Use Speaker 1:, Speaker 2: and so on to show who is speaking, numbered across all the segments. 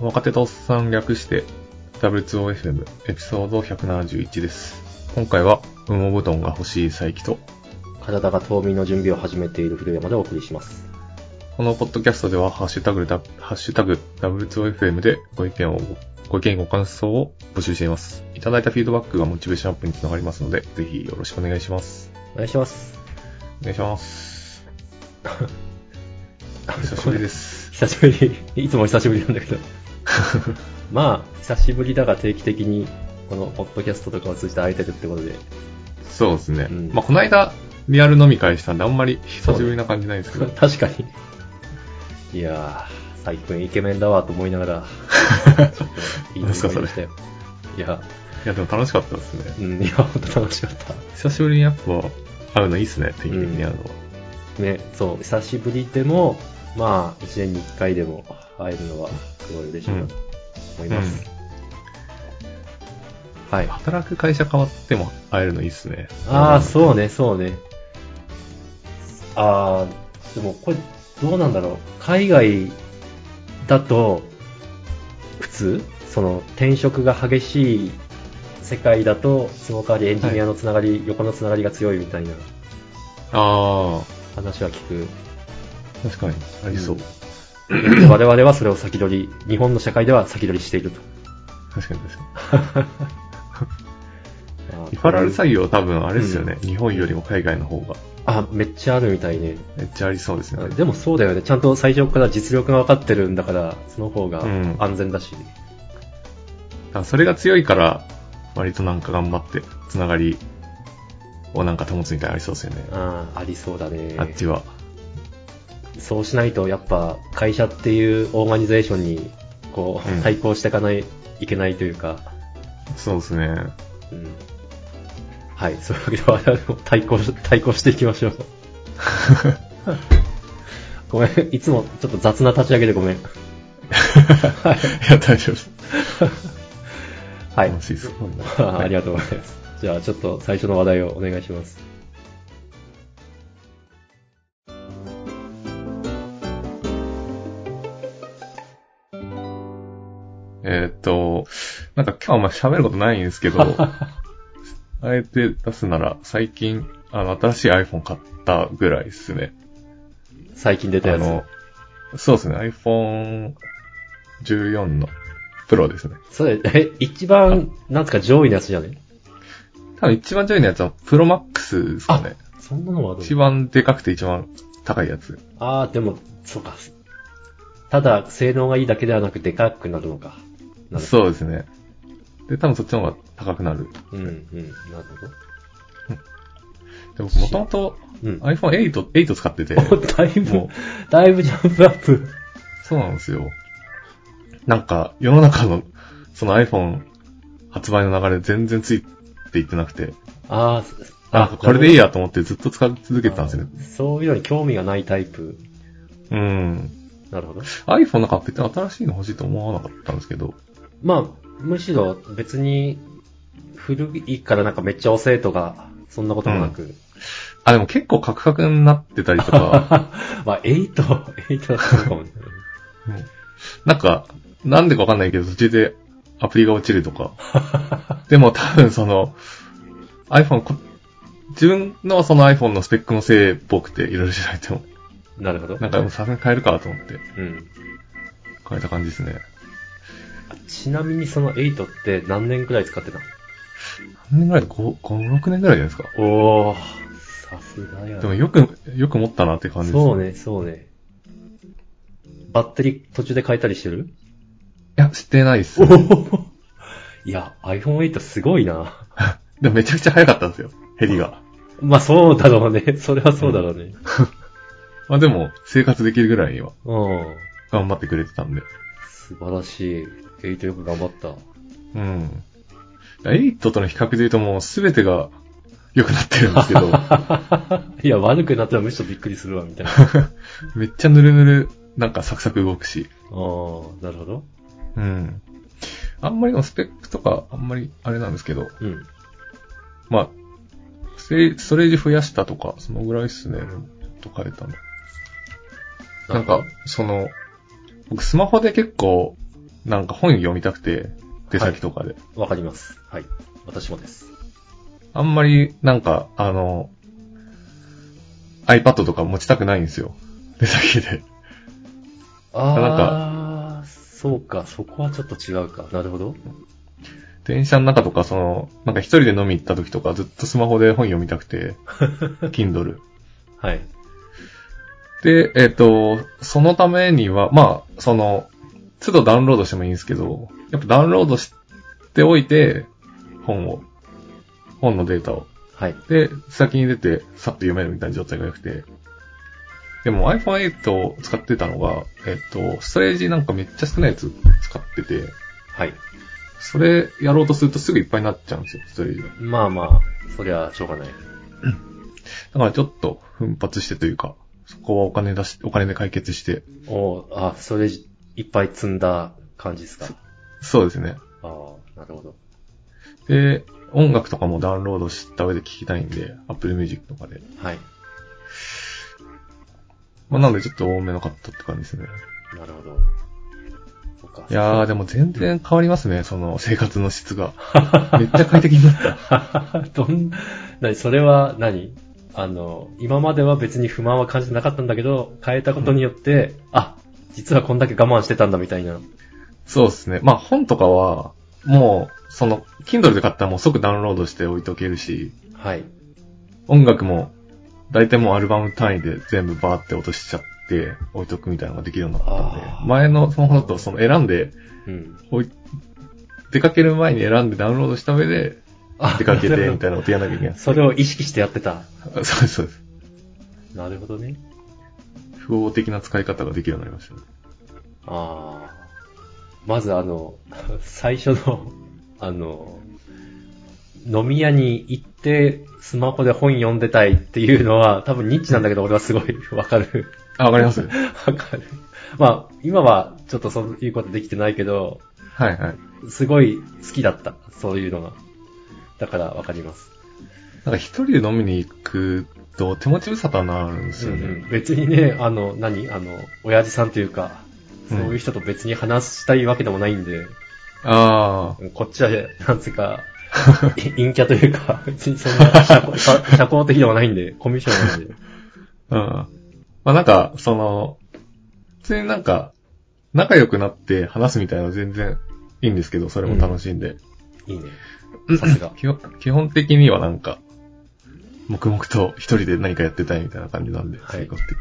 Speaker 1: 若手とおっさん略して W2OFM エピソード171です。今回は羽毛布団が欲しい佐伯と、
Speaker 2: 体が冬眠の準備を始めている古山でお送りします。
Speaker 1: このポッドキャストではハッシュタグだ、ハッシュタグ W2OFM でご意見を、ご意見ご感想を募集しています。いただいたフィードバックがモチベーションアップにつながりますので、ぜひよろしくお願いします。
Speaker 2: お願いします。
Speaker 1: お願いします。久しぶりです。
Speaker 2: 久しぶり、いつも久しぶりなんだけど。 まあ、久しぶりだが定期的に、このポッドキャストとかを通じて会えてるってことで、
Speaker 1: そうですね。
Speaker 2: うん
Speaker 1: まあ、この間、リアル飲み会したんで、あんまり久しぶりな感じないんですけど、
Speaker 2: 確かに。いやー、佐伯くんイケメンだわと思いなが ら、ちょっといい飲み会でしたよ。いや、
Speaker 1: いや、でも楽しかったですね。
Speaker 2: うん、いや、本当楽しかった。
Speaker 1: 久しぶりにやっぱ会うのいいっすね、定期的に会うのは。
Speaker 2: ね、そう、久しぶりでも、まあ、1年に1回でも会えるのは、すごい嬉しいなと思います。はい。あ
Speaker 1: 働く会社変わっても会えるのいいっすね。
Speaker 2: あー、そうね、そうね。ああ、でもこれ、どうなんだろう。海外だと、普通その、転職が激しい世界だと、その代わりエンジニアのつながり、横のつながりが強いみたいな
Speaker 1: あ
Speaker 2: 話は聞く。
Speaker 1: あ、確かに、ありそう。
Speaker 2: うん我々はそれを先取り、日本の社会では先取りしていると。
Speaker 1: 確かに確かに。
Speaker 2: あ
Speaker 1: リファラル採用多分あれですよね、日本よりも海外の方が。
Speaker 2: あ、めっちゃあるみたいね。
Speaker 1: めっちゃありそうですね。
Speaker 2: でもそうだよね。ちゃんと最初から実力が分かってるんだから、その方が
Speaker 1: うん
Speaker 2: 安全だし。
Speaker 1: だからそれが強いから、割となんか頑張って、つながりをなんか保つみたいなのありそうですよね。
Speaker 2: ああ、ありそうだね
Speaker 1: あ。っちは。
Speaker 2: そうしないと、やっぱ会社っていうオーガニゼーションに、こ
Speaker 1: うん
Speaker 2: う、対抗していかない、いけないというか、
Speaker 1: そうですね。
Speaker 2: うん。はい、そういうわけで我々も対抗し、 対抗していきま しょう。ごめん、いつもちょっと雑な立ち上げでごめ ん。
Speaker 1: いや、大丈夫です。
Speaker 2: はい。
Speaker 1: 楽しいです。
Speaker 2: あありがとうございます。じゃあ、ちょっと最初の話題をお願いします。
Speaker 1: えーっと、なんか今日あんま喋ることないんですけど、 あえて出すなら、最近、あの、新しい iPhone 買ったぐらいですね。
Speaker 2: 最近出た
Speaker 1: あ
Speaker 2: やつ。
Speaker 1: の、そうですね、iPhone14 の Pro ですね。
Speaker 2: それ、え、一番、なんつうか上位のやつじゃね
Speaker 1: 多分一番上位のやつは Pro Max ですかね。
Speaker 2: そんなのはどう
Speaker 1: 一番でかくて一番高いやつ。
Speaker 2: ああ、でも、そうか。ただ、性能がいいだけではなく、でかくなるのか。なるほ
Speaker 1: そうですね。で、多分そっちの方が高くなる。
Speaker 2: ど。うん、うん、なるほど。
Speaker 1: で、僕もともと
Speaker 2: うん。
Speaker 1: iPhone8、8使ってて、
Speaker 2: お、だいぶ
Speaker 1: も、
Speaker 2: だいぶジャンプアップ。
Speaker 1: そうなんですよ。なんか、世の中の、その iPhone 発売の流れ全然ついていってなくて、
Speaker 2: ああ、
Speaker 1: あ、これでいい
Speaker 2: や
Speaker 1: やと思ってずっと使い続けてたんですよね。
Speaker 2: そういうのに興味がないタイプ。
Speaker 1: うん。
Speaker 2: なるほど。
Speaker 1: iPhone なんか別に新しいの欲しいと思わなかったんですけど、
Speaker 2: まあ、むしろ別に、古いからなんかめっちゃ遅いとか、そんなこともなく。
Speaker 1: あ、でも結構カクカクになってたりと か、
Speaker 2: まあ、8、8だったのかもね。
Speaker 1: なんか、なんでかわかんないけど、途中でアプリが落ちるとか。でも多分その、iPhone こ、自分のその iPhone のスペックのせいっぽくて、いろいろ調べても、
Speaker 2: なるほど。
Speaker 1: なんかもうさすがに変えるかと思って
Speaker 2: うん。
Speaker 1: 変えた感じですね。
Speaker 2: ちなみにその8って何年くらい使ってた
Speaker 1: 何年ぐらいで ?5、5、6年ぐらいじゃないですか。
Speaker 2: のおおさすがや。
Speaker 1: でもよく、よく持ったなって感じです。
Speaker 2: そう
Speaker 1: ね。
Speaker 2: ね、そうね。バッテリー途中で変えたりしてる
Speaker 1: いや、知ってないっす。
Speaker 2: おいや、iPhone8 すごいな。
Speaker 1: でもめちゃくちゃ早かったんですよ。ヘリが。
Speaker 2: まあそうだろうね。それはそうだろうね。
Speaker 1: まあでも、生活できるぐらいには
Speaker 2: うん。
Speaker 1: 頑張ってくれてたんで。
Speaker 2: 素晴らしい。8よく頑張った。
Speaker 1: うん。8との比較で言うともう全てが良くなってるんですけ ど、
Speaker 2: いや、悪くなったらむしろびっくりするわ、みたいな。あ
Speaker 1: めっちゃヌルヌル、なんかサクサク動くし。
Speaker 2: あー、なるほど。
Speaker 1: うん。あんまりのスペックとか、あんまりあれなんですけど、
Speaker 2: うん。
Speaker 1: まあ、ステージストレージ増やしたとか、そのぐらいっすね。と変えたの。なんか、その、僕スマホで結構、なんか本読みたくて、出先とかで。
Speaker 2: わかります。はい。私もです。
Speaker 1: あんまり、なんか、あの、iPad とか持ちたくないんですよ。出先で。
Speaker 2: ああ、そうか、そこはちょっと違うか。なるほど。
Speaker 1: 電車の中とか、その、なんか一人で飲み行った時とか、ずっとスマホで本読みたくて、Kindle。
Speaker 2: はい。
Speaker 1: で、えっ、と、そのためには、まあ、その、都度ダウンロードしてもいいんですけど、やっぱダウンロードしておいて、本を、本のデータを。
Speaker 2: はい。
Speaker 1: で、先に出て、さっと読めるみたいな状態が良くて。でも iPhone8 を使ってたのが、えっ、と、ストレージなんかめっちゃ少ないやつ使ってて、
Speaker 2: はい。
Speaker 1: それやろうとするとすぐいっぱいになっちゃうんですよ、ストレージが。
Speaker 2: まあまあ、そりゃしょうがない。
Speaker 1: だからちょっと奮発してというか、そこはお金出し、お金で解決して。
Speaker 2: おーあ、それいっぱい積んだ感じですか。
Speaker 1: そうですね。
Speaker 2: ああ、なるほど。
Speaker 1: で、音楽とかもダウンロードした上で聞きたいんで、Apple Music とかで。
Speaker 2: はい。
Speaker 1: まあ、なのでちょっと多めの買ったって感じですね。
Speaker 2: なるほど。そうか
Speaker 1: いやー、でも全然変わりますね、その生活の質が。めっちゃ快適になった。
Speaker 2: どん、なに、それは何、あの、今までは別に不満は感じてなかったんだけど、変えたことによって、あ、実はこんだけ我慢してたんだみたいな。
Speaker 1: そうですね。まあ本とかは、もう、その、Kindle で買ったらもう即ダウンロードして置いとけるし、
Speaker 2: はい。
Speaker 1: 音楽も、大体もうアルバム単位で全部バーって落としちゃって置いとくみたいなのができるようになったんで
Speaker 2: あ、ー
Speaker 1: 前のスマホだとその選んで、
Speaker 2: うん。
Speaker 1: 置い出かける前に選んでダウンロードした上で
Speaker 2: あ
Speaker 1: 出かけてみた
Speaker 2: い
Speaker 1: いなことやんなきゃい けない。
Speaker 2: それを意識してやってた。
Speaker 1: そうです、そうです。
Speaker 2: なるほどね。
Speaker 1: 複合的な使い方ができるようになりましたね。
Speaker 2: ああ。まずあの、最初の、あの、飲み屋に行ってスマホで本読んでたいっていうのは多分ニッチなんだけど俺はすごいわかる。
Speaker 1: あ、わかります
Speaker 2: わかる。まあ、今はちょっとそういうことできてないけど、
Speaker 1: はいはい。
Speaker 2: すごい好きだった。そういうのが。だからわかります。
Speaker 1: なんか一人で飲みに行くと手持ち無沙汰になるんですよね。
Speaker 2: うんうん別にね、あの、何あの、親父さんというか、そういう人と別に話したいわけでもないんで、
Speaker 1: あ
Speaker 2: こっちは、なんつ うか、い陰キャというか、別にそんな社交社社交的ではないんで、コミュ障なんで。
Speaker 1: あ、うん。まあなんか、その、普通になんか、仲良くなって話すみたいなのは全然いいんですけど、それも楽しいんで。
Speaker 2: いいね。さすが。
Speaker 1: 基本基本的にはなんか、黙々と一人で何かやってたいみたいな感じなんで、
Speaker 2: はい
Speaker 1: 性格的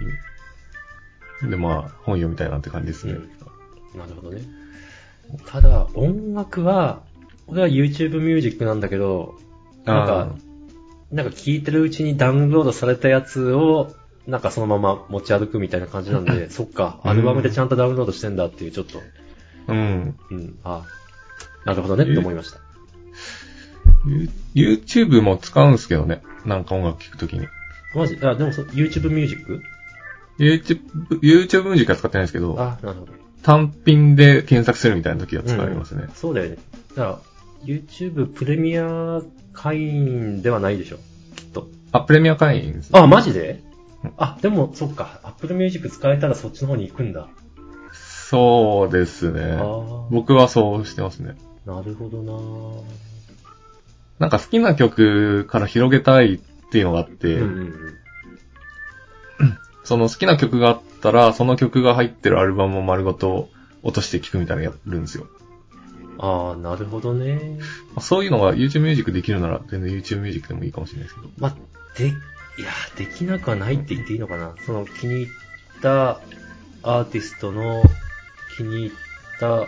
Speaker 1: に。で、まあ、本読みたいなって感じですね。
Speaker 2: うんなるほどね。ただ、音楽は、俺は YouTube ミュージックなんだけど、なん
Speaker 1: あ
Speaker 2: か、なんか聞いてるうちにダウンロードされたやつを、なんかそのまま持ち歩くみたいな感じな んで、そっか、アルバムでちゃんとダウンロードしてんだっていう、ちょっと、
Speaker 1: あ、うん。
Speaker 2: うん、あなるほどねって思いました。
Speaker 1: You- YouTube も使うんですけどね。なんか音楽聴くときに。
Speaker 2: マジあ、でもそ YouTube ミュージック
Speaker 1: YouTube、YouTube ミュージックは使ってないんですけど、
Speaker 2: あ、なるほど。
Speaker 1: 単品で検索するみたいな時は使いますね。
Speaker 2: そうだよね。だから、YouTube プレミア会員ではないでしょ、きっと。
Speaker 1: あ、プレミア会員ですね。
Speaker 2: あ、マジで
Speaker 1: うん
Speaker 2: あ、でも、そっか。Apple Music 使えたらそっちの方に行くんだ。
Speaker 1: そうです
Speaker 2: あ
Speaker 1: ね。
Speaker 2: ー
Speaker 1: 僕はそうしてますね。
Speaker 2: なるほどなー
Speaker 1: なんか好きな曲から広げたいっていうのがあって、
Speaker 2: うんうんうん。
Speaker 1: その好きな曲があったら、その曲が入ってるアルバムを丸ごと落として聴くみたいなのやるんですよ。
Speaker 2: ああ、なるほどね。
Speaker 1: まあそういうのが YouTube ミュージックできるなら、全然 YouTube ミュージックでもいいかもしれないですけど。
Speaker 2: まあ、で、いや、できなくはないって言っていいのかな。その気に入ったアーティストの気に入った、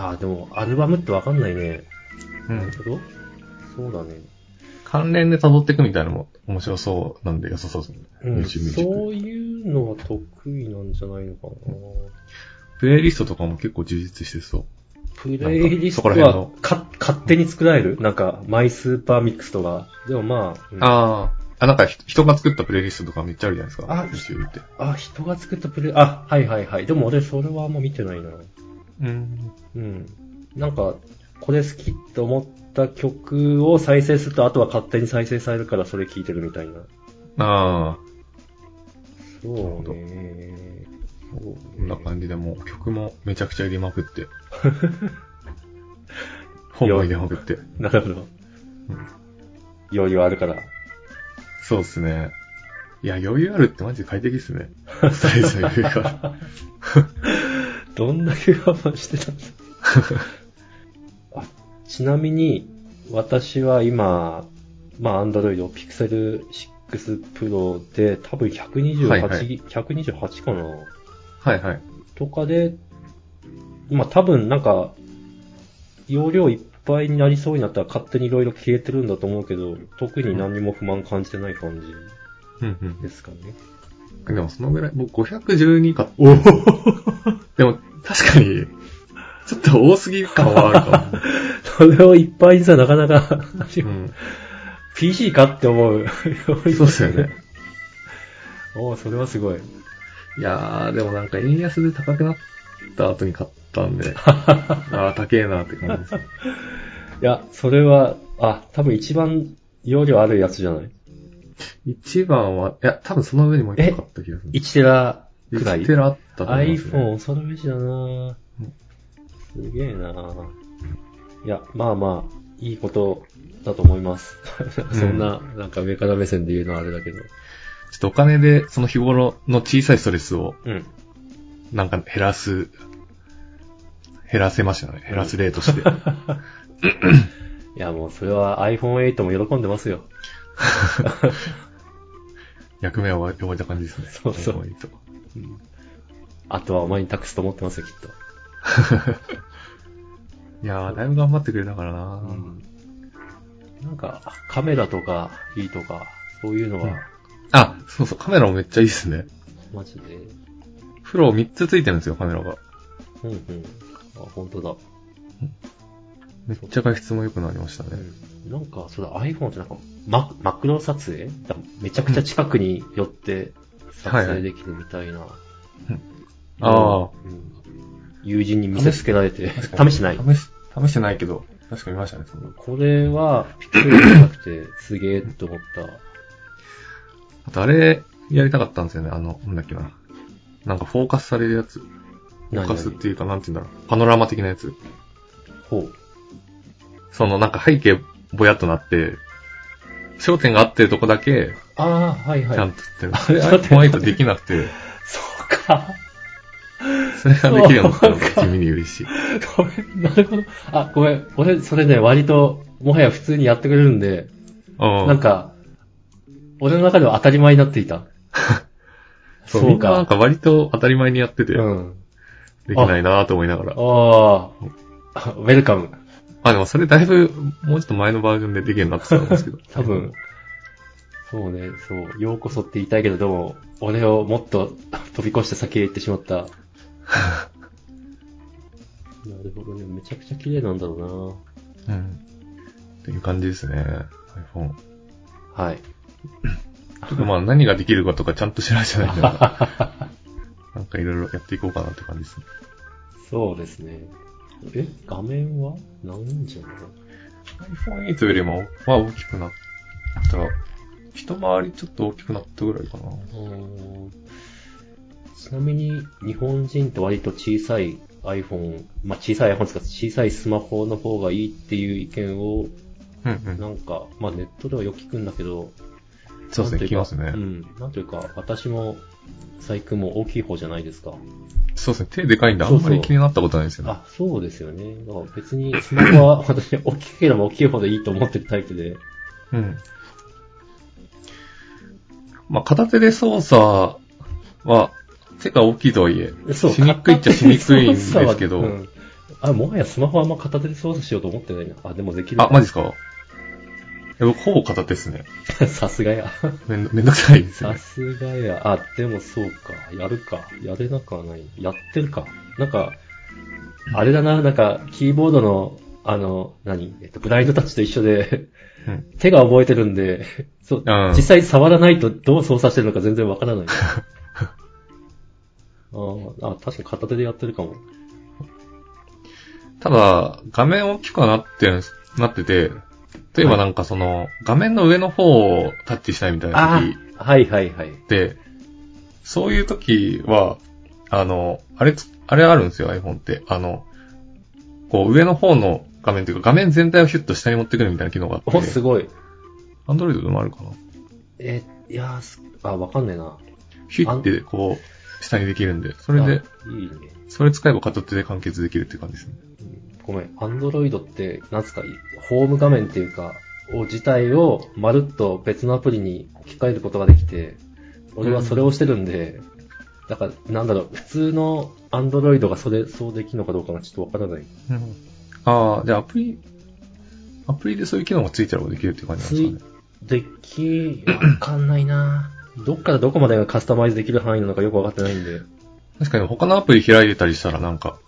Speaker 2: ああ、でもアルバムってわかんないね。
Speaker 1: う
Speaker 2: なんる。ほど。そうだね。
Speaker 1: 関連で辿っていくみたいなのも面白そうなんで良さそうですね。
Speaker 2: う
Speaker 1: YouTube
Speaker 2: ん、
Speaker 1: ミュージック
Speaker 2: そういうのは得意なんじゃないのかな。
Speaker 1: プレイリストとかも結構充実してそう。
Speaker 2: プレイリスト
Speaker 1: なんかそこら辺
Speaker 2: は
Speaker 1: の
Speaker 2: か勝手に作られるなんか、マイスーパーミックスとか。でもまあ、うん
Speaker 1: ああ。あ、なんかひ人が作ったプレイリストとかめっちゃあるじゃないですか。
Speaker 2: あ
Speaker 1: YouTube って。
Speaker 2: あ、人が作ったプレイ、あ、はいはいはい。でも俺それはあんま見てないな。
Speaker 1: うん。
Speaker 2: うん。なんか、これ好きって思った曲を再生すると、あとは勝手に再生されるからそれ聴いてるみたいな。
Speaker 1: ああ。
Speaker 2: そうね。そうね
Speaker 1: こんなな感じでもう曲もめちゃくちゃ入れまく って。本も入れまくって。
Speaker 2: なるほど。容量あるから。
Speaker 1: そうですね。いや、余裕あるってマジで快適っすね。サイズの余裕 が。
Speaker 2: どんだけ我慢して たんだあちなみに、私は今、まあ、Android Pixel 6 Pro で、多分128、
Speaker 1: はいはい
Speaker 2: 128かな
Speaker 1: はいはい。
Speaker 2: とかで、まあ、多分なんか、容量いっぱいになりそうになったら勝手にいろいろ消えてるんだと思うけど、特に何にも不満感じてない感じ
Speaker 1: うんうん。
Speaker 2: ですかね。
Speaker 1: でもそのぐらい、僕512か。
Speaker 2: おお
Speaker 1: でも確かに、ちょっと多すぎ感はあるかも。
Speaker 2: それをいっぱいにさ、なかなか、
Speaker 1: うん、
Speaker 2: PC かって思う。そう
Speaker 1: そうっすよね。。
Speaker 2: おお、それはすごい。
Speaker 1: いやー、でもなんか円安で高くなった後に買った んで、あー、高えなって感じです。
Speaker 2: いや、それは、あ、多分一番容量あるやつじゃない
Speaker 1: 一番は、いや、多分その上にもう一個買った気がする。
Speaker 2: ?1 テラくらい
Speaker 1: 1テラあったと思います、ね。
Speaker 2: iPhone 恐るべしだな
Speaker 1: うん
Speaker 2: すげえないや、まあまあ、いいことだと思います。 そんな、なんか上から目線で言うのはあれだけど。
Speaker 1: ちょっとお金で、その日頃の小さいストレスを、
Speaker 2: うん。
Speaker 1: なんか減らす、減らせましたね。減らす例として。
Speaker 2: いや、もうそれは iPhone8 も喜んでますよ。
Speaker 1: 役目を終えた感じですね。
Speaker 2: そうそう
Speaker 1: いいと
Speaker 2: あとはお前に託すと思ってますよ、きっと。
Speaker 1: いやー、だいぶ頑張ってくれたからな、
Speaker 2: なんか、あカメラとか、いいとか、そういうの
Speaker 1: うん
Speaker 2: は、
Speaker 1: あ、そうそう、カメラもめっちゃいいっすね。
Speaker 2: マジで、
Speaker 1: プロ3つついてるんですよ、カメラが。
Speaker 2: うんうん。あ、本当だ。
Speaker 1: めっちゃ画質も良くなりましたね。
Speaker 2: なんか、それ iPhone ってなんか、ママクロ撮影だめちゃくちゃ近くに寄って撮
Speaker 1: はいは
Speaker 2: 影
Speaker 1: い
Speaker 2: できるみたいな。
Speaker 1: ああ
Speaker 2: うん友人に見せつけられて、試してない。
Speaker 1: 試し、試してないけど、確か見ましたね、その。
Speaker 2: これは、ピクセルじゃなくて、すげえって思っ
Speaker 1: あ
Speaker 2: た。
Speaker 1: とあれ、やりたかったんですよね、あの、なんだっけな。なんかフォーカスされるやつ。フォーカスっ
Speaker 2: 何
Speaker 1: ていうか、なんて言うんだろう。パノラマ的なやつ。
Speaker 2: 々ほう。
Speaker 1: その、なんか背景ぼやっとなって、焦点が合ってるとこだけ、
Speaker 2: ああ、はい
Speaker 1: ちゃ
Speaker 2: は
Speaker 1: ん
Speaker 2: い。
Speaker 1: とってる。
Speaker 2: あ
Speaker 1: あれ、
Speaker 2: ちょっと待って
Speaker 1: ホワイトできなくて、
Speaker 2: そうか。
Speaker 1: それができるようになったのが
Speaker 2: そうか
Speaker 1: 地味に嬉しい。
Speaker 2: ごめん、なるほど。あ、ごめん。俺、それね、割と、もはや普通にやってくれるんで、
Speaker 1: な
Speaker 2: なん、か、俺の中では当たり前になっていた。
Speaker 1: そうみんななんか割と当たり前にやってて、
Speaker 2: うん。
Speaker 1: できないなぁと思いながら。
Speaker 2: ああ、 ウェルカム。。
Speaker 1: あ、でもそれだいぶ、もうちょっと前のバージョンでできるようになってたんですけど
Speaker 2: 多分。、そうね、そう、ようこそって言いたいけど、でも、俺をもっと 飛び越して先へ行ってしま った。なるほどね、めちゃくちゃ綺麗なんだろ
Speaker 1: うん。っていう感じですね。iPhone。
Speaker 2: うな。はい。
Speaker 1: ちょっとまあ何ができるかとかちゃんと知らないじゃないんだ から。なんかいろいろやっていこうかなって感じですね。
Speaker 2: そうですね。え、画面はなんじゃない
Speaker 1: iPhone8 よりも、まあ大きくなった。一回りちょっと大きくなったぐらいかな。
Speaker 2: うんちなみに、日本人って割と小さい iPhone、まあ、小さい iPhone 使って小さいスマホの方がいいっていう意見を、
Speaker 1: うんうん。
Speaker 2: なんか、まあ、ネットではよく聞くんだけど、
Speaker 1: そうです
Speaker 2: なんて
Speaker 1: ね、
Speaker 2: い
Speaker 1: 聞
Speaker 2: う
Speaker 1: き
Speaker 2: か
Speaker 1: ますね。
Speaker 2: うん。なんというか、私も、細工も大きい方じゃないですか。
Speaker 1: そうですね、手でかいんであ
Speaker 2: そうんそう
Speaker 1: まり気になったことないですよね。
Speaker 2: あ、そうですよね。だから別に、スマホは私、大きければ大きいほどいいと思ってるタイプで。
Speaker 1: うん。まあ片手で操作は、手が大きいとはいえ、
Speaker 2: そう。
Speaker 1: しにくいっちゃしにくいんですけど
Speaker 2: 片手操作はうんあ、もはやスマホはあんま片手で操作しようと思ってないな。あ、でもできる。
Speaker 1: あ、マジですかいや僕ほぼ片手ですね。
Speaker 2: さすがや。
Speaker 1: めんどめんどくさい です
Speaker 2: さ
Speaker 1: ね。
Speaker 2: すがや。あ、でもそうか。やるか。やれなくはない。やってるか。なんか、あれだな、なんか、キーボードの、あの、何えっと、ブラインドタッチと一緒で、
Speaker 1: うん
Speaker 2: 手が覚えてるんで、そう、
Speaker 1: うん
Speaker 2: 実際触らないとどう操作してるのか全然わからない。 あーあ、確かに片手でやってるかも。
Speaker 1: ただ、画面大きくはなってるんす、なってて、例えばなんかその、画面の上の方をタッチしたいみたいな
Speaker 2: あ
Speaker 1: 時
Speaker 2: あ、はいはいはい。
Speaker 1: で、そういう時は、あの、あれつ、あれあるんですよ、iPhone って。あの、こう上の方の画面というか画面全体をヒュッと下に持ってくるみたいな機能があ
Speaker 2: お、
Speaker 1: っ
Speaker 2: す
Speaker 1: て、
Speaker 2: ごい。
Speaker 1: アンドロイドでもあるかな。
Speaker 2: え、いやーすあ、わかんねえな。
Speaker 1: ヒュッてこう、下にできるんで、それで、
Speaker 2: あ。いいね。
Speaker 1: それ使えば片手で完結できるって感じですね。
Speaker 2: ごめん、アンドロイドって、なんすか、ホーム画面っていうか、を自体をまるっと別のアプリに置き換えることができて、俺はそれをしてるんで、だから、なんだろう、普通のアンドロイドがそれ、そうできるのかどうかがちょっとわからない。
Speaker 1: うん。ああ、じゃあアプリ、アプリでそういう機能がついてればできるって感じなん
Speaker 2: つ
Speaker 1: ですかね。
Speaker 2: いでき、わかんないなどっからどこまでがカスタマイズできる範囲なのかよくわかってないんで。
Speaker 1: 確かに他のアプリ開いてたりしたらなんか、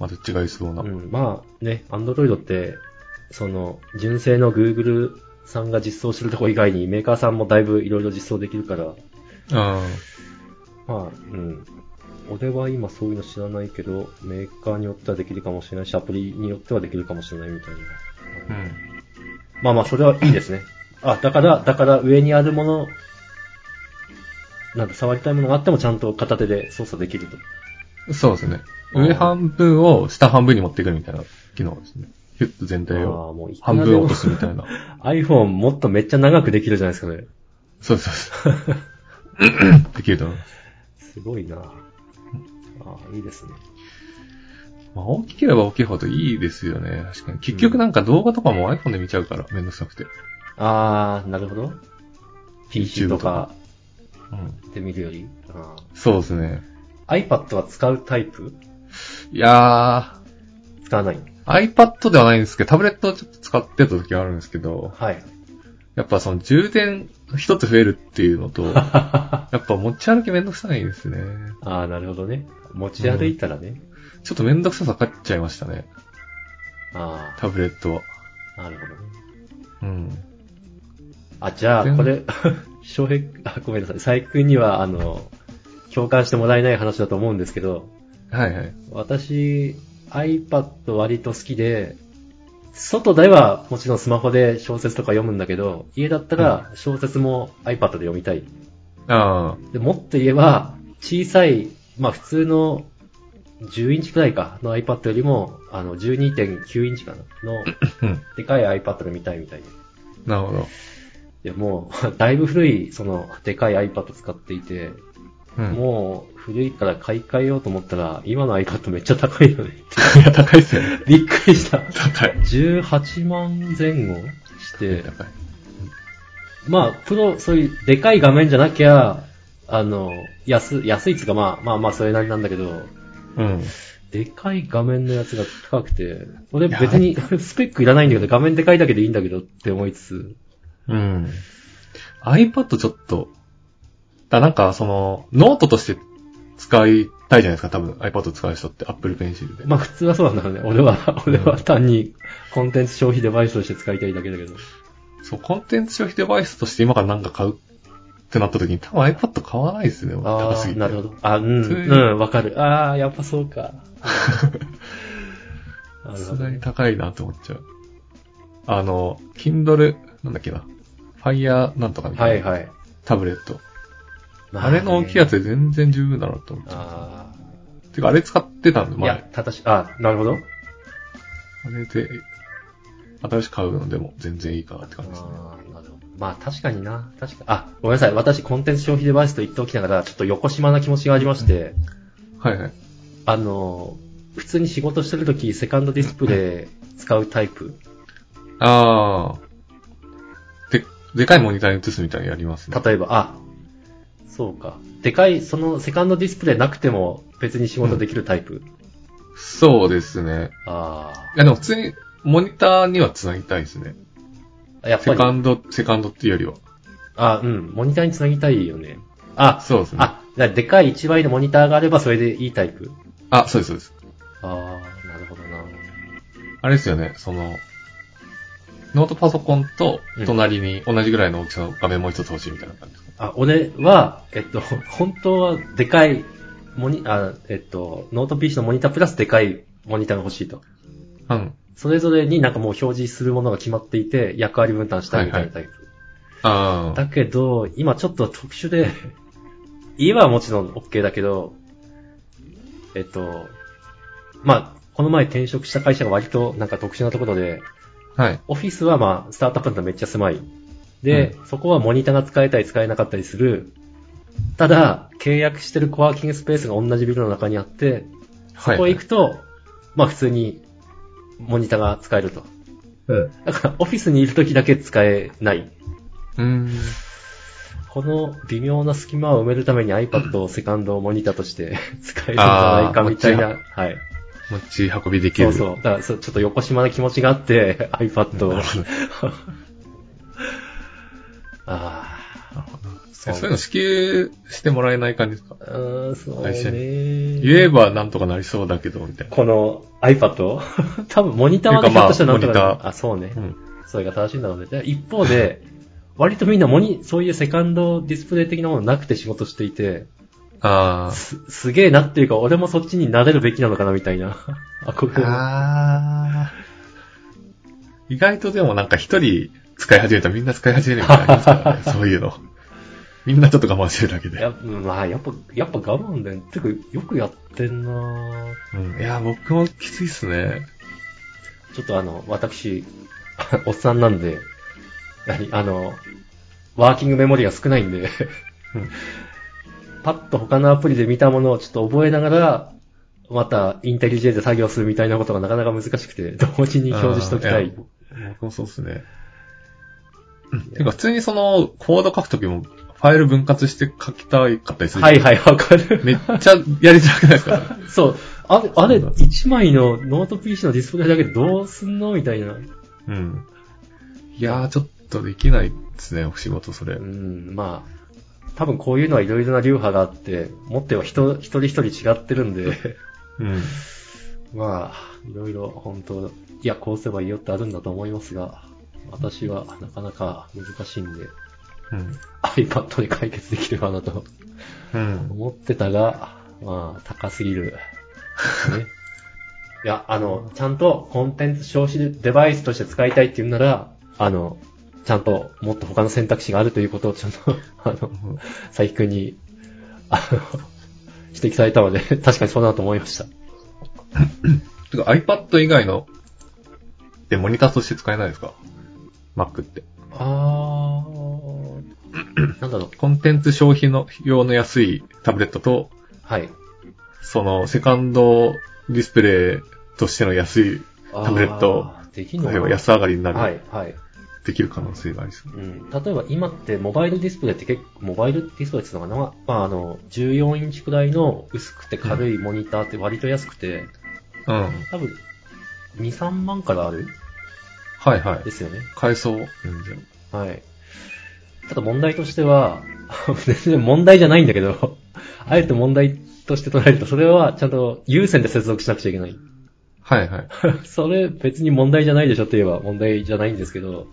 Speaker 1: また違いそうな。
Speaker 2: うん、まあね、アンドロイドって、その、純正の Google さんが実装してるとこ以外にメーカーさんもだいぶいろいろ実装できるから、
Speaker 1: あ
Speaker 2: まあ、うん。俺は今そういうの知らないけど、メーカーによってはできるかもしれないし、アプリによってはできるかもしれないみたいな。
Speaker 1: あ、うん。
Speaker 2: まあまあ、それはいいですね。あ、だから、だから上にあるもの、なんか触りたいものがあってもちゃんと片手で操作できると。
Speaker 1: そうですね。
Speaker 2: うん
Speaker 1: 上半分を下半分に持ってくるみたいな機能ですね。ヒュッと全体
Speaker 2: ああ
Speaker 1: を
Speaker 2: もういくら
Speaker 1: 半
Speaker 2: でも
Speaker 1: 分落とすみたいな。
Speaker 2: iPhone もっとめっちゃ長くできるじゃないですかね。
Speaker 1: そうそうそう。できると思います。
Speaker 2: すごいなああ、いいですね。
Speaker 1: まあ、大きければ大きいほどいいですよね。確かに。結局なんか動画とかも iPhone で見ちゃうから、めんどくさくて。
Speaker 2: ああ、なるほど。PC とか
Speaker 1: うん。
Speaker 2: で見るより。あ
Speaker 1: そうですね。
Speaker 2: あ iPad は使うタイプ
Speaker 1: いや
Speaker 2: 使わない。
Speaker 1: ー、iPad ではないんですけど、タブレットをちょっと使ってた時はあるんですけど、
Speaker 2: はい。
Speaker 1: やっぱその充電一つ増えるっていうのと、や
Speaker 2: あ
Speaker 1: っぱ持ち歩きめんどくさいですね。
Speaker 2: あ、なるほどね。持ち歩いたらね。
Speaker 1: ちょっとめんどくささかっちゃいましたね。
Speaker 2: あ
Speaker 1: タブレットは。
Speaker 2: あ、なるほどね。
Speaker 1: うん。
Speaker 2: あ、じゃ
Speaker 1: 全
Speaker 2: あ、これ、 翔平、あ、ごめんなさい。佐伯くんには、あの、共感してもらえない話だと思うんですけど、
Speaker 1: はいはい。
Speaker 2: 私、iPad 割と好きで、外ではもちろんスマホで小説とか読むんだけど、家だったら小説も iPad で読みたい。
Speaker 1: あ
Speaker 2: でもっと言えば、小さい、まあ普通の10インチくらいかの iPad よりも、あの12.9インチかなの
Speaker 1: あ。うん。
Speaker 2: でかい iPad で見たいみたいで。
Speaker 1: なるほど。
Speaker 2: いやもう、 だいぶ古い、その、でかい iPad 使っていて、
Speaker 1: うん。
Speaker 2: もう、古いから買い替えようと思ったら、今の iPad めっちゃ高いよね。
Speaker 1: いや、高いっすよね。
Speaker 2: びっくりした。
Speaker 1: 高い。
Speaker 2: 18万前後して、
Speaker 1: 高い。
Speaker 2: まあ、プロ、そういう、でかい画面じゃなきゃ、あの、安、安いっつうか、まあ、まあまあ、それなりなんだけど、
Speaker 1: うん。
Speaker 2: でかい画面のやつが高くて、俺
Speaker 1: いや
Speaker 2: 別にスペックいらないんだけど、画面でかいだけでいいんだけどって思いつつ、
Speaker 1: うん。iPad ちょっと、だなんかその、ノートとして使いたいじゃないですか、多分 iPad 使う人って Apple Pencil で。
Speaker 2: まあ普通はそうなんだろうね。俺は、俺は単にコンテンツ消費デバイスとして使いたいだけだけど。
Speaker 1: そう、コンテンツ消費デバイスとして今からなんか買うってなった時に多分 iPad 買わないですね、俺高
Speaker 2: あ
Speaker 1: す
Speaker 2: あ、
Speaker 1: ぎて。
Speaker 2: なるほど。あ、うん、
Speaker 1: そういう
Speaker 2: うん、わかる。ああ、やっぱそう か。
Speaker 1: さ
Speaker 2: なる
Speaker 1: す
Speaker 2: ほど
Speaker 1: がに高いなと思っちゃう。あの、Kindle、なんだっけな。Fire なんとかみた
Speaker 2: はいい
Speaker 1: な。
Speaker 2: はい。
Speaker 1: タブレット。
Speaker 2: ま
Speaker 1: あれの大きいやつで全然十分だなと思っちゃ
Speaker 2: あ
Speaker 1: う。てか、あれ使ってたんで、
Speaker 2: あ。い
Speaker 1: 前。
Speaker 2: や、ただし、あなるほど。
Speaker 1: あれで、新しく買うのでも全然いいかなって感じですね。
Speaker 2: あーなるほどまあ確かにな。確かあ、ごめんなさい。私、コンテンツ消費デバイスと言っておきながら、ちょっと横島な気持ちがありまして、
Speaker 1: はいはい。
Speaker 2: あの、普通に仕事してるとき、セカンドディスプレイ使うタイプ。
Speaker 1: あー。で、でかいモニターに映すみたいにやりますね。
Speaker 2: 例えば、あ、そうか。でかい、そのセカンドディスプレイなくても別に仕事できるタイプ。
Speaker 1: そうですね。
Speaker 2: あ
Speaker 1: いやでも普通にモニターには繋ぎたいですね。
Speaker 2: あ。やっぱ
Speaker 1: セカ
Speaker 2: り、
Speaker 1: ンド、セカンドっていうよりは。
Speaker 2: あ、うん、モニターにつなぎたいよね。あ、
Speaker 1: そうですね。あ、
Speaker 2: あ、だからでかい一倍のモニターがあればそれでいいタイプ。
Speaker 1: そうですそうです。
Speaker 2: ああ、なるほどな。
Speaker 1: あれですよね、その、ノートパソコンと隣に同じぐらいの大きさの画面もう一つ欲しいみたいな感じですか。
Speaker 2: あ、俺は、えっと、 本当はでかいモニ、あ、えっと、ノート PC のモニタープラスでかいモニターが欲しいと。
Speaker 1: うん。
Speaker 2: それぞれになんかもう表示するものが決まっていて、役割分担したいみたいなタイプ。
Speaker 1: あー。
Speaker 2: だけど、今ちょっと特殊で、家はもちろん OK だけど、えっと、まあ、この前転職した会社が割となんか特殊なところで、
Speaker 1: はい。
Speaker 2: オフィスはまあ、スタートアップだとめっちゃ狭い。で、そこはモニターが使えたり使えなかったりする。ただ、契約してるコワーキングスペースが同じビルの中にあって、
Speaker 1: は
Speaker 2: そ
Speaker 1: い。
Speaker 2: こへ行くと、まあ普通にモニターが使えると。
Speaker 1: うん。
Speaker 2: だからオフィスにいる時だけ使えない。
Speaker 1: うん。
Speaker 2: この微妙な隙間を埋めるために iPad をセカンドをモニターとして使えるんじゃないかみたい
Speaker 1: あ
Speaker 2: な。はい。
Speaker 1: 持ち運びでき
Speaker 2: そ
Speaker 1: る。
Speaker 2: うそう。だからそうちょっと横島な気持ちがあって、iPad を。あ
Speaker 1: えそういうの支給してもらえない感じですか
Speaker 2: あ、うーん、そう
Speaker 1: 会社
Speaker 2: ね。
Speaker 1: 言えばなんとかなりそうだけど、みたいな。
Speaker 2: この iPad を 多分モニターは
Speaker 1: て
Speaker 2: ねひ
Speaker 1: かま
Speaker 2: ょ
Speaker 1: あ
Speaker 2: っとしたらなんとかなる
Speaker 1: モニター
Speaker 2: あ、そうね
Speaker 1: う。ん。
Speaker 2: それが正しいんだろうね。で一方で、割とみんなモニ、そういうセカンドディスプレイ的なものなくて仕事していて、
Speaker 1: あ
Speaker 2: す、すげえなっていうか、俺もそっちになれるべきなのかなみた いな。憧れの。
Speaker 1: あー。意外とでもなんか一人使い始めたらみんな使い始めるみたいなのありますから ね。そういうの。みんなちょっと我慢してるだけで。
Speaker 2: やまあ、やっぱ、やっぱ我慢で、てか、よくやってんなぁ
Speaker 1: うん、いや、僕もきついっすね。
Speaker 2: ちょっとあの、私、 おっさんなんで、何あの、ワーキングメモリが少ないんで、 パッと他のアプリで見たものをちょっと覚えながら、またインテリジェで作業するみたいなことがなかなか難しくて、同時に表示しときた
Speaker 1: あー
Speaker 2: い。
Speaker 1: 僕もそうっすね。うんてか、普通にその、コード書くときも、ファイル分割して書きたいかったりする。
Speaker 2: はいはい、わかる。
Speaker 1: めっちゃやりづらくないですか
Speaker 2: そう。あれ、あれ、
Speaker 1: そうなんです
Speaker 2: 1枚のノート PC のディスプレイだけでどうすんのみたいな。
Speaker 1: うん。いやー、ちょっとできないですね、お仕事、それ。
Speaker 2: うん、まあ、多分こういうのはいろいろな流派があって、持っては人一人一人違ってるんで、
Speaker 1: うん。
Speaker 2: まあ、いろいろ本当、いや、こうすればいいよってあるんだと思いますが、私はなかなか難しいんで、
Speaker 1: うん。
Speaker 2: iPad で解決できればなと
Speaker 1: うん。
Speaker 2: 思ってたが、まあ、高すぎる。ね。いや、あの、ちゃんとコンテンツ消費デバイスとして使いたいって言うなら、あの、ちゃんともっと他の選択肢があるということを ちゃんと、あの、佐伯くんに、あの、指摘されたので、 確かにそうだなと思いました。
Speaker 1: てか iPad 以外の、で、モニターとして使えないですか ?Mac って。
Speaker 2: あー、 なんだろう、
Speaker 1: コンテンツ消費の用の安いタブレットと、
Speaker 2: はい。
Speaker 1: その、セカンドディスプレイとしての安い、
Speaker 2: タ
Speaker 1: ブレット、
Speaker 2: できるの
Speaker 1: 例えば
Speaker 2: か
Speaker 1: 安上がりにな
Speaker 2: な
Speaker 1: る、
Speaker 2: はい、はい。
Speaker 1: できる可能性がありそう。
Speaker 2: うん、例えば今ってモバイルディスプレイって結構、モバイルディスプレイっていうのかな、まあ、あの、14インチくらいの薄くて軽いモニターって割と安くて、
Speaker 1: うん。
Speaker 2: 多分、2、3万からある
Speaker 1: はいはい
Speaker 2: で。すよね。
Speaker 1: 買えそう。全然。
Speaker 2: はい。ただ問題としては、 全然問題じゃないんだけど、 あえて問題として捉えると、それはちゃんと有線で接続しなくちゃいけ ない。
Speaker 1: はいはい。
Speaker 2: それ別に問題じゃないでしょといえば問題じゃないんですけど、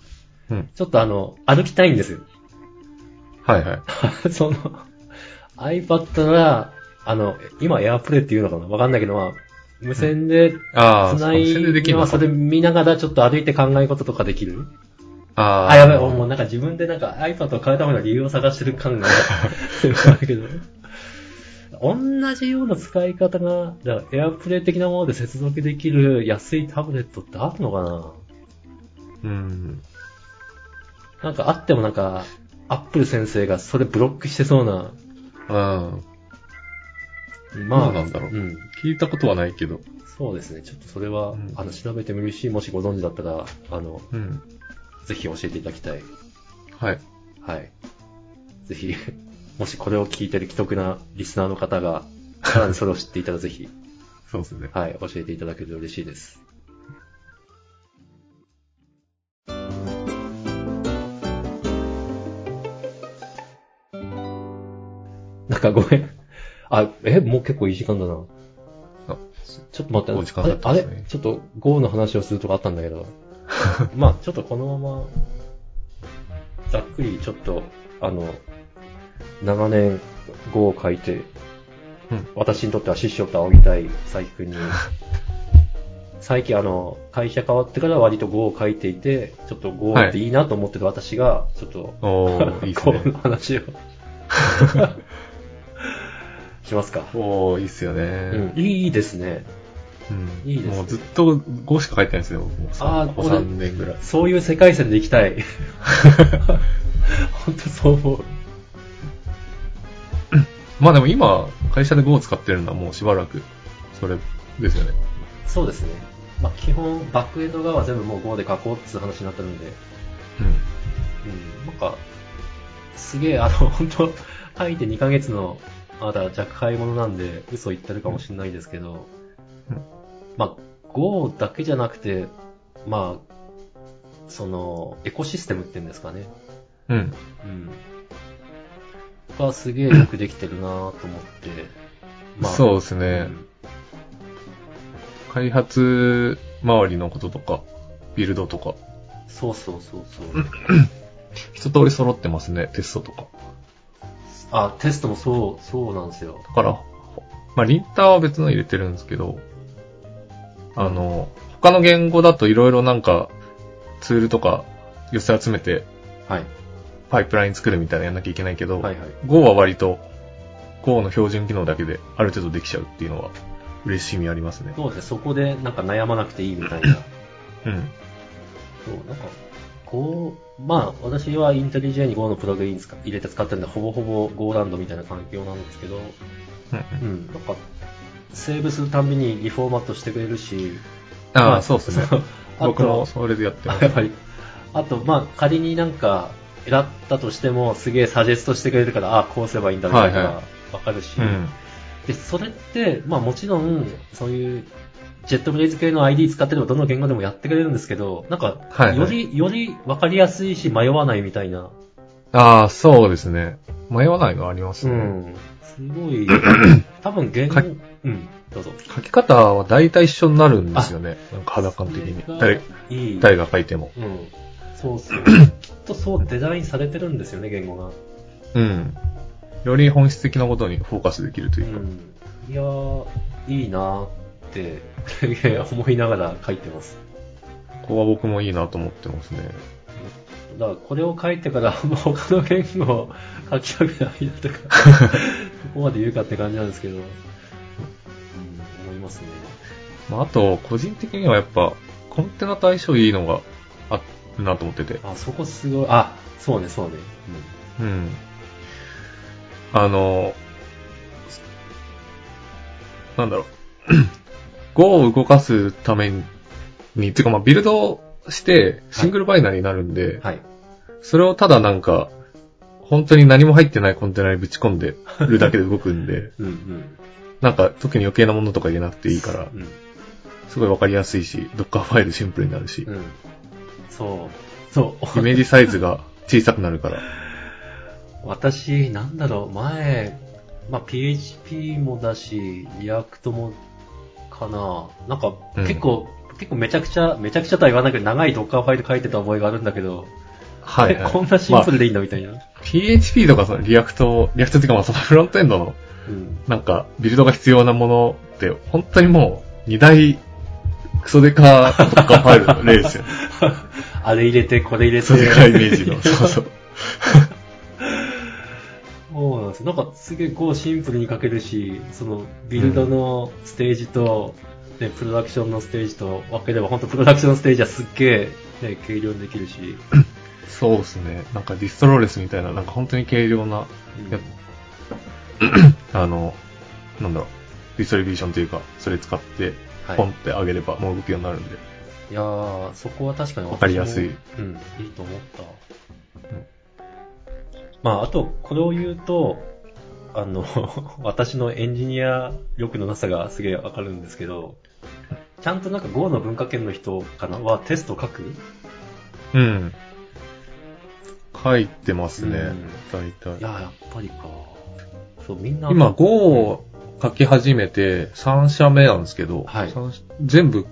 Speaker 1: うん。
Speaker 2: ちょっとあの、歩きたいんですよ。
Speaker 1: はいはい。
Speaker 2: その、iPad なら、あの、今 AirPlay っていうのかなわかんないけど、まあ、無線で
Speaker 1: ああ、
Speaker 2: 繋い
Speaker 1: 宣伝でき
Speaker 2: で、
Speaker 1: る
Speaker 2: まあ
Speaker 1: の
Speaker 2: それ見ながらちょっと歩いて考え事とかできる
Speaker 1: あ
Speaker 2: あ、
Speaker 1: あ
Speaker 2: やべえ、もうなんか自分でなんか iPad を買うための理由を探してる 感があるけど。同じような使い方が、だから AirPlay 的なもので接続できる安いタブレットってあるのかな
Speaker 1: うん。
Speaker 2: なんかあってもなんか、Apple 先生がそれブロックしてそうな。
Speaker 1: うん。
Speaker 2: まあ、
Speaker 1: どうなんだろう
Speaker 2: うん。
Speaker 1: 聞いたことはないけど。
Speaker 2: そうですね。ちょっとそれは、
Speaker 1: うん
Speaker 2: あの、調べてみるし、もしご存知だったら、あの、
Speaker 1: うん。
Speaker 2: ぜひ教えていただきたい。
Speaker 1: はい。
Speaker 2: はい。ぜひ、もしこれを聞いてる既得なリスナーの方が、さらにそれを知っていたらぜひ、
Speaker 1: そうですね。
Speaker 2: はい、教えていただけると嬉しいです。なんかごめん。あ、え、もう結構いい時間だな。
Speaker 1: あ
Speaker 2: ちょっと待って、
Speaker 1: お時間だった
Speaker 2: あ
Speaker 1: ん
Speaker 2: れ
Speaker 1: で
Speaker 2: あ
Speaker 1: すね
Speaker 2: れちょっと GO の話をするとかあったん だけど。まあちょっとこのまま、ざっくりちょっと、あの、長年 GO を書いて、
Speaker 1: うん
Speaker 2: 私にとっては師匠と仰ぎたい佐伯く んに、最近あの、会社変わってから割と GO を書いていて、ちょっと GO っていいなと思ってる私が、 ちょっと、
Speaker 1: おー、いいです
Speaker 2: GO
Speaker 1: ね。
Speaker 2: の話をしますか。
Speaker 1: おー、いいっすよね。
Speaker 2: うん、いいですね。
Speaker 1: うん
Speaker 2: いいですね
Speaker 1: もうずっと5しか書いてないんですよ、僕もう
Speaker 2: あー
Speaker 1: ここ
Speaker 2: 俺
Speaker 1: 3年ぐらい。
Speaker 2: そういう世界線でい きたい。本当そう思う。
Speaker 1: まあでも今、会社で5を使ってるのはもうしばらく、それですよね。
Speaker 2: そうですね。まあ、基本、バックエンド側は全部もう Go で書こうっていう話になってるんで、
Speaker 1: うん。
Speaker 2: うん、なんか、すげえ、あの、 本当書いて2ヶ月の、まだ若輩者なんで、嘘言ってるかもしれないですけど、
Speaker 1: うん
Speaker 2: まあ、Go だけじゃなくて、まあ、その、エコシステムっていうんですかね。
Speaker 1: うん。
Speaker 2: うん。がす げえよくできてるなぁと思って、
Speaker 1: そう
Speaker 2: う
Speaker 1: ですね。開発周りのこととか、ビルドとか、
Speaker 2: そうそうそうそう。
Speaker 1: 一通り揃ってますね、テストとか。
Speaker 2: あ、テストもそう、そうなんですよ。
Speaker 1: だから、ほまあ、リンターは別の入れてるんですけど、あの、他の言語だといろいろなんか、ツールとか寄せ集めて、
Speaker 2: はい。
Speaker 1: パイプライン作るみたいなのやんなきゃいけないけど、
Speaker 2: はいはい。
Speaker 1: Go は割と、Go の標準機能だけである程度できちゃうっていうのは、嬉しみありますね。
Speaker 2: そうですね、そこでなんか悩まなくていいみたいな。
Speaker 1: うん。
Speaker 2: そう、なんか、こう、まあ、私はインテリジェに Go のプログイン使入れて使ってるんで、ほぼほぼ Go ランドみたいな環境なんですけど、
Speaker 1: うん
Speaker 2: うん、なんか、セーブするたんびにリフォーマットしてくれるし、
Speaker 1: あ
Speaker 2: ま
Speaker 1: あ、そうですね。
Speaker 2: あ
Speaker 1: 僕も
Speaker 2: と、
Speaker 1: それでやってます。
Speaker 2: はい。あと、まあ、仮になんか、選ったとしても、すげえサジェストしてくれるから、ああ、こうすればいいんだなと
Speaker 1: はいは
Speaker 2: か、わかるし、
Speaker 1: うん。
Speaker 2: で、それって、まあもちろん、そういう、ジェットブレイズ系の ID 使ってればどの言語でもやってくれるんですけど、なんか、
Speaker 1: はいはい
Speaker 2: より、より分かりやすいし迷わないみたいな。
Speaker 1: ああ、そうですね。迷わないのはあります
Speaker 2: う
Speaker 1: ね。
Speaker 2: ん。すご い、多分言語
Speaker 1: か、
Speaker 2: うん、どうぞ。
Speaker 1: 書き方は大体一緒になるんですよね。なんか肌感的に。
Speaker 2: それが
Speaker 1: 誰、
Speaker 2: いい。
Speaker 1: 誰が書いても。
Speaker 2: うん。そ うそう。きっとそうデザインされてるんですよね、言語が。
Speaker 1: うん。より本質的なことにフォーカスできると
Speaker 2: う
Speaker 1: いうか。
Speaker 2: ん。いやー、いいなーって、 すげえ思いながら書いてます。
Speaker 1: ここは僕もいいなと思ってますね。
Speaker 2: だからこれを書いてから、 もう他の言語を書きたくないな とか、ここまで言うかって感じなんですけど、うん、思いますね。
Speaker 1: まあ、あと、個人的にはやっぱ、コンテナと相性いいのがあるなと思ってて。
Speaker 2: あ、そこすごい、あ、そうね、そうね。
Speaker 1: うん。あの、なんだろう。Go を動かすために、てかまあビルドしてシングルバイナリーになるんで、
Speaker 2: うん。はい。
Speaker 1: それをただなんか、本当に何も入ってないコンテナにぶち込んでるだけで動くんで、
Speaker 2: うんうん。
Speaker 1: なんか特に余計なものとか入れなくていいから
Speaker 2: う、ん。
Speaker 1: すごいわかりやすいし、Docker ファイルシンプルになるし、
Speaker 2: うん。そう。そう。
Speaker 1: イメージサイズが小さくなるから。
Speaker 2: 私、なんだろう、前、まあ、PHP もだし、リアクトもかな。なんか、
Speaker 1: うん
Speaker 2: 結構、結構めちゃくちゃ、めちゃくちゃとは言わないけど、長い Docker ファイル書いてた覚えがあるんだけど、
Speaker 1: はい、はい。
Speaker 2: え こんなシンプ
Speaker 1: ま
Speaker 2: ルでいいんだみたいな。
Speaker 1: あ PHP とかそのリアクト、リアクトっていうかまあそのフロントエンドの
Speaker 2: うん。
Speaker 1: なんかビルドが必要なものって、本当にもう2大クソデカ Docker ファイルの例 ですよね。
Speaker 2: あれ入れて、これ入れ
Speaker 1: ク
Speaker 2: て。
Speaker 1: ソデカイメージ の。そうそう。
Speaker 2: そうなんですよ。なんかすげえこうシンプルに書けるし、そのビルドのステージと、ね、プロダクションのステージと分ければ、本当プロダクションのステージはすっげえ、ね、軽量にできるし。
Speaker 1: そうですね。なんかディストローレスみたいな、なんか本当に軽量な、
Speaker 2: うん
Speaker 1: やっあの、なんだろう、ディストリビューションというか、それ使って、
Speaker 2: はい
Speaker 1: ポンって上げればもう動くようになるんで。
Speaker 2: いやー、そこは確かに私も
Speaker 1: わかりやすい。
Speaker 2: うん、いいと思った。まあ、あと、これを言うと、あの、 私のエンジニア力のなさがすげえわかるんですけど、ちゃんとなんか Go の文化圏の人かなはテスト書く
Speaker 1: うん。書いてますね、
Speaker 2: うん
Speaker 1: 大
Speaker 2: い
Speaker 1: 体。
Speaker 2: やー、やっぱりか。そう、みんな。
Speaker 1: 今、5を書き始めて3社目なんですけど、
Speaker 2: はい
Speaker 1: 三社全部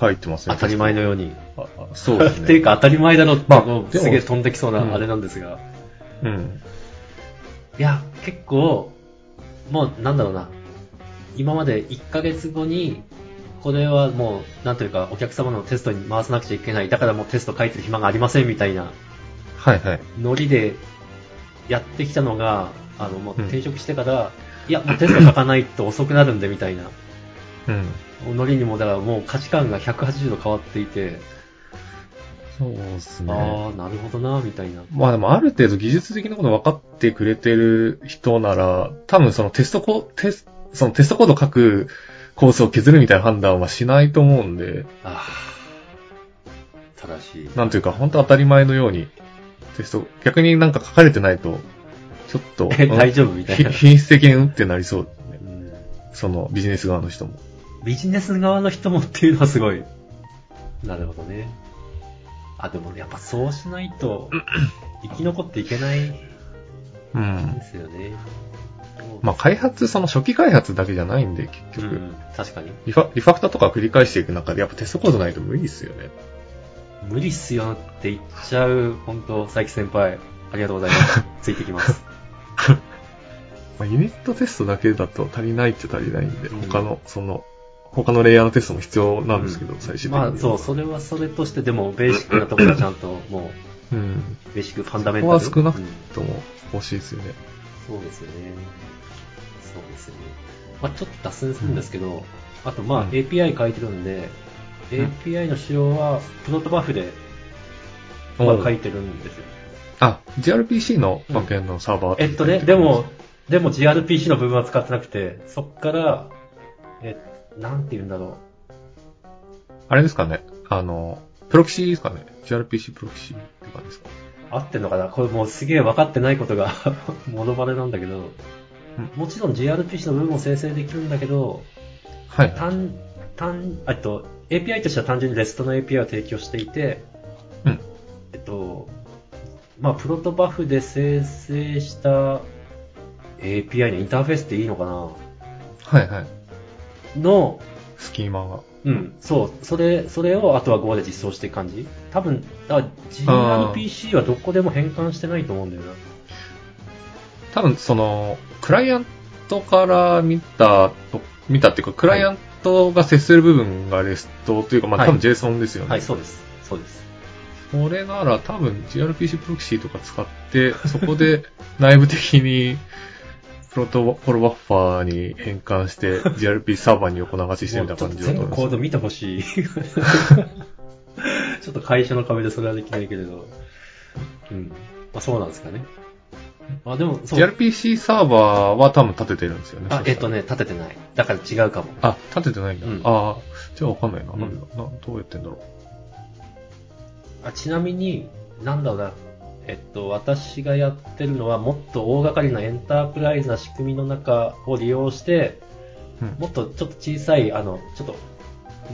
Speaker 1: 書いてますね。
Speaker 2: 当たり前のように。
Speaker 1: ああそうです
Speaker 2: っていう
Speaker 1: ね。
Speaker 2: か当たり前だろって、
Speaker 1: まあ
Speaker 2: もう
Speaker 1: でも
Speaker 2: すげえ飛んできそう
Speaker 1: うん
Speaker 2: なあれなんですが。
Speaker 1: うん。
Speaker 2: いや、結構、もうなんだろうな。今まで1ヶ月後に、これはもう、なんというか、お客様のテストに回さなくちゃいけない。だからもうテスト書いてる暇がありませんみたいな
Speaker 1: はいはい。
Speaker 2: ノリでやってきたのが、あの、もう
Speaker 1: うん
Speaker 2: 転職してから、いや、もうテスト書かないと遅くなるんでみたいな、
Speaker 1: うん。
Speaker 2: ノリにも、だからもう価値観が180度変わっていて、
Speaker 1: そうですね。
Speaker 2: ああ、なるほどな、みたいな。
Speaker 1: まあでもある程度技術的なこと分かってくれてる人なら、多分そのテストコ、テスそのテストコード書くコースを削るみたいな判断はしないと思うんで、
Speaker 2: ああ、正しい。、
Speaker 1: なんというか、本当当たり前のように、テスト、逆になんか書かれてないと、ちょっと
Speaker 2: え 大丈夫
Speaker 1: うん
Speaker 2: みたい
Speaker 1: ひ
Speaker 2: な。
Speaker 1: 品質的にうんってなりそうですね。
Speaker 2: うん
Speaker 1: そのビジネス側の人も。
Speaker 2: ビジネス側の人もっていうのはすごい。なるほどね。あ、でもねやっぱそうしないと生き残っていけないんで
Speaker 1: うん。
Speaker 2: すよね。
Speaker 1: まあ開発、その初期開発だけじゃないんで、結
Speaker 2: う
Speaker 1: 局、
Speaker 2: ん、確かに。
Speaker 1: リファ、リファクターとか繰り返していく中で、やっぱテストコードないと無理ですよね。
Speaker 2: 無理っすよって言っちゃう、本当佐伯先輩、ありがとうございます。 ついてきます。
Speaker 1: まあ、ユニットテストだけだと足りないっちゃ足りないんで、
Speaker 2: うん
Speaker 1: 他の、その、他のレイヤーのテストも必要なんですけど、最終的に。
Speaker 2: まあそう、それはそれとして、でもベーシックなところはちゃんと、も
Speaker 1: う。うん。
Speaker 2: う、ベーシックファンダメンタ
Speaker 1: こ
Speaker 2: ル。
Speaker 1: は少なく
Speaker 2: うん
Speaker 1: とも欲しいですよね。
Speaker 2: そうですよね。そうですよね。まあ、ちょっと脱線するんですけど、あとまあ
Speaker 1: うん
Speaker 2: API 書いてるんで、
Speaker 1: うん
Speaker 2: API の仕様はプロトバフで、まあ、書いてるんですよ。
Speaker 1: あ、GRPC のバックエンドのサーバー
Speaker 2: えっとね、でも、、でも GRPC の部分は使ってなくて、そっから、え、なんて言うんだろ
Speaker 1: あれですかね、あの、プロキシですかね。GRPC プロキシって感じですか。
Speaker 2: う、合ってんのかなこれもうすげえ分かってないことが、 もろバレなんだけど
Speaker 1: うん、
Speaker 2: もちろん GRPC の部分も生成できるんだけど、
Speaker 1: はいはい。
Speaker 2: 単、単、あえっと、API としては単純に REST の API を提供していて、
Speaker 1: うん
Speaker 2: えっと、まあ、プロトバフで生成した API のインターフェースっていいのかな
Speaker 1: はいはい。
Speaker 2: の、
Speaker 1: スキーマが。
Speaker 2: うん、そう、それ、それをあとは Go で実装していく感じ多分、だから
Speaker 1: あー
Speaker 2: GRPC はどこでも変換してないと思うんだよな。
Speaker 1: 多分その、クライアントから見たと、見たっていうか、クライアントが接する部分が REST というか、ま
Speaker 2: は
Speaker 1: あ
Speaker 2: い
Speaker 1: 多分 JSON ですよね。
Speaker 2: はい、そうです。そうです。
Speaker 1: これなら多分 GRPC プロキシとか使って、そこで 内部的にプロトコルバッファーに変換して GRP サーバーに横流しして
Speaker 2: も
Speaker 1: み
Speaker 2: う
Speaker 1: た
Speaker 2: ちょっ
Speaker 1: 感
Speaker 2: と
Speaker 1: じだと思
Speaker 2: 全部
Speaker 1: います。
Speaker 2: コード見てほしい。 ちょっと会社の壁でそれはできないけれど。うん。まあそうなんですかね。まあでも、そう。
Speaker 1: GRPC サーバーは多分立ててるんですよね。
Speaker 2: あ、えっと
Speaker 1: ね。
Speaker 2: ね、立ててない。だから違うかも。
Speaker 1: あ、立ててないんだ。
Speaker 2: うん
Speaker 1: ああ、じゃあわかんないな。
Speaker 2: うん
Speaker 1: なんでだなどうやってんだろ
Speaker 2: あちなみに、なんだろうな。えっと、私がやってるのは、もっと大掛かりなエンタープライズな仕組みの中を利用して、
Speaker 1: う。うん。
Speaker 2: もっとちょっと小さい、あの、ちょっと、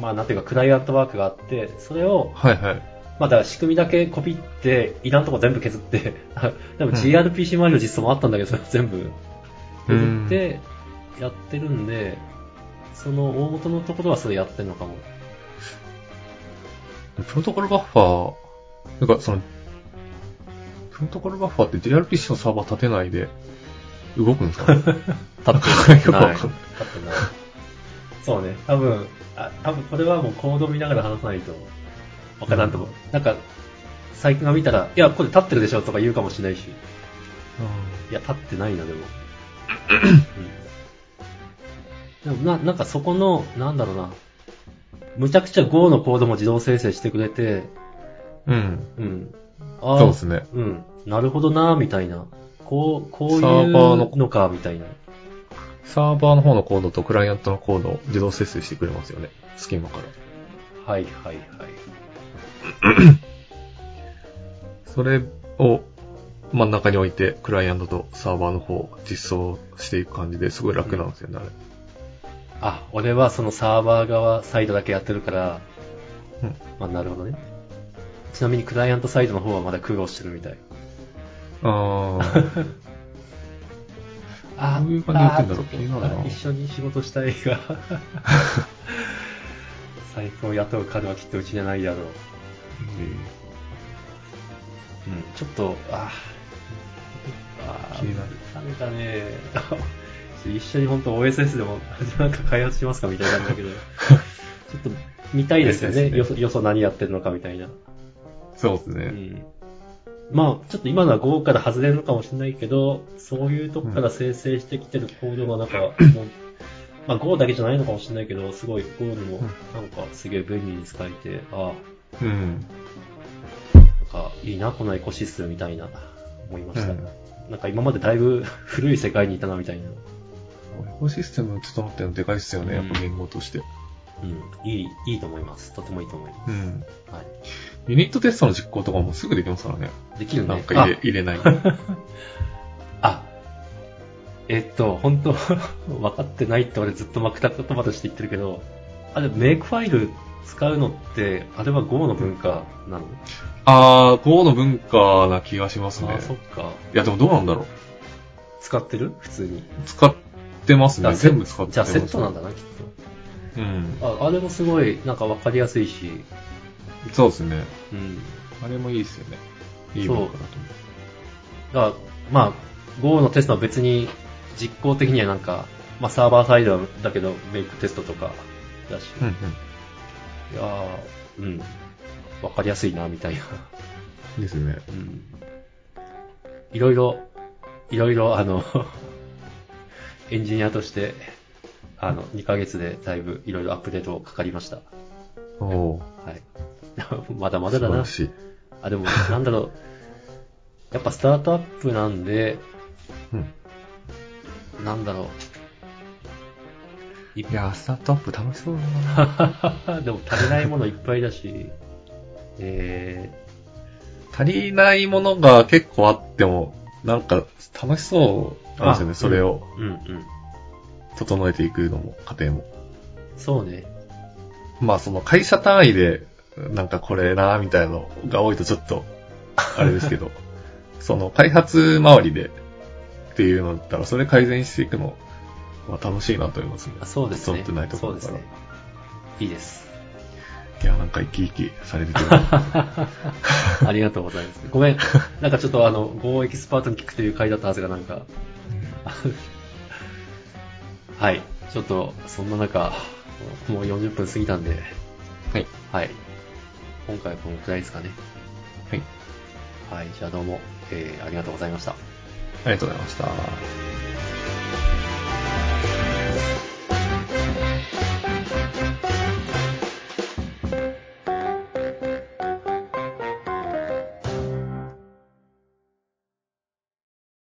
Speaker 2: まあなんていうか、クライアントワークがあって、それを
Speaker 1: はいはい。
Speaker 2: まあ、だから仕組みだけコピって、いらんとこ全部削って、 あでも GRPC 周りの実装もあったんだけど、そ れ全部削ってやってるんで、その大元のところはそれやってるのかも。
Speaker 1: プロトコルバッファー、なんかその、プロトコルバッファーって GRPC のサーバー立てないで動くんですかね
Speaker 2: 立
Speaker 1: ってない
Speaker 2: 立ってない。そうね、多分、あ、多分これはもうコードを見ながら話さないと、わからんと思う。なんか、最近が見たら、いや、これ立ってるでしょとか言うかもしれないし、
Speaker 1: うん
Speaker 2: いや、立ってないな、でも。 うん、でもな、なんかそこの、なんだろうな。むちゃくちゃ Go のコードも自動生成してくれて、
Speaker 1: うん。
Speaker 2: うん。あ
Speaker 1: そう
Speaker 2: あ、
Speaker 1: ですね。
Speaker 2: うん。なるほどな、みたいな。こう、こういう
Speaker 1: サーバーの
Speaker 2: のか、みたいな。
Speaker 1: サーバーの方のコードとクライアントのコードを自動生成してくれますよね。スキーマから。
Speaker 2: はいはいはい。
Speaker 1: それを真ん中に置いて、クライアントとサーバーの方を実装していく感じですごい楽なんですよね、あれ。
Speaker 2: あ、俺はそのサーバー側サイドだけやってるから、
Speaker 1: うん
Speaker 2: まあなるほどね。ちなみにクライアントサイドの方はまだ苦労してるみたい。
Speaker 1: あー。
Speaker 2: あ
Speaker 1: どういう感じでやってんだろう
Speaker 2: あちょ
Speaker 1: 気になるな
Speaker 2: あ一緒に仕事したい が。最高を雇う彼はきっとうちじゃないだろう。うん、ちょっと、ああ
Speaker 1: 気になる。
Speaker 2: なんかね、一緒に本当 OSS でもなんか開発しますかみたいなん だけど、ちょっと見たいですよ
Speaker 1: OSS
Speaker 2: ね。
Speaker 1: ね
Speaker 2: よそ、よそ何やってるのかみたいな。
Speaker 1: そうです
Speaker 2: う
Speaker 1: ね。
Speaker 2: ん。まあ、ちょっと今のは Go から外れるのかもしれないけど、そういうとこから生成してきてるコードがなんか、もうまあ Go だけじゃないのかもしれないけど、すごいコードもなんかすげえ便利に使えて、あ
Speaker 1: うん。
Speaker 2: あ、なんかいいな、このエコシステムみたいな、思いました。
Speaker 1: うん
Speaker 2: なんか今までだいぶ 古い世界にいたなみたいな。
Speaker 1: エコシステム整ってるのでかいっすよね、やっぱ言語として。
Speaker 2: うん、いい、いいと思います。とてもいいと思いま
Speaker 1: うん。
Speaker 2: す。はい。
Speaker 1: ユニットテストの実行とかもすぐできますからね。
Speaker 2: できるね。
Speaker 1: なんか入れ入れない。う
Speaker 2: あ、えっと、本当 分かってないって俺ずっとまくた言葉として言ってるけど、あれ、メイクファイル使うのって、あれは Go の文化なの、
Speaker 1: あー、Go の文化な気がします
Speaker 2: あ
Speaker 1: ね
Speaker 2: あ、。そっか。
Speaker 1: いや、でもどうなんだろう。
Speaker 2: 使ってる普通に。
Speaker 1: 使ってますね。
Speaker 2: あセ
Speaker 1: 全部使って
Speaker 2: じゃ
Speaker 1: ます。
Speaker 2: あセットなんだな、きっ
Speaker 1: うん。
Speaker 2: と。ああれもすごい、なんか分かりやすいし、
Speaker 1: そうですね。
Speaker 2: うん。
Speaker 1: あれもいいですよね。いい文化だと思
Speaker 2: だから、まあ、Go のテストは別に実行的にはなんか、まあサーバーサイドだけど、メイクテストとかだし、
Speaker 1: う。うん
Speaker 2: いやーうん。分かりやすいな、みたいな。
Speaker 1: うん。ですね。
Speaker 2: うんいろいろ、いろいろ、あの、 エンジニアとして、あの、2ヶ月でだいぶいろいろアップデートかかりました。
Speaker 1: おお
Speaker 2: はい。 まだま
Speaker 1: ー。
Speaker 2: だ
Speaker 1: 素
Speaker 2: だ
Speaker 1: 晴
Speaker 2: な
Speaker 1: ら。しい。
Speaker 2: あ、でも、なんだろう。 やっぱスタートアップなんで、
Speaker 1: うん。
Speaker 2: なんだろう。いっ
Speaker 1: いやー、スタートアップ楽しそうだな。
Speaker 2: でも足りないものいっぱいだし、え
Speaker 1: 足りないものが結構あっても、なんか楽しそうなんですよ
Speaker 2: あ
Speaker 1: ね。それを
Speaker 2: ー、うんうん。
Speaker 1: 整えていくのも、家庭も。
Speaker 2: そうね。
Speaker 1: まあその会社単位で、なんかこれな、みたいのが多いとちょっと、あれです けど、その開発周りでっていうのだったら、それ改善していくのは楽しいなと思いますね。
Speaker 2: あそうですね。
Speaker 1: 整ってないところか
Speaker 2: そう
Speaker 1: ら。
Speaker 2: ですね。いいです。
Speaker 1: いや、なんか生き生きされてて、あ
Speaker 2: ありがとうございます。ごめん。なんかちょっとあの、Go エキスパートに聞くという回だったはずがなんか。はい。ちょっと、そんな中、もう40分過ぎたんで、
Speaker 1: はい。
Speaker 2: はい。今回はこのくらいですかね。
Speaker 1: はい。
Speaker 2: はい。じゃあどうも、えー、ありがとうございました。
Speaker 1: ありがとうございました。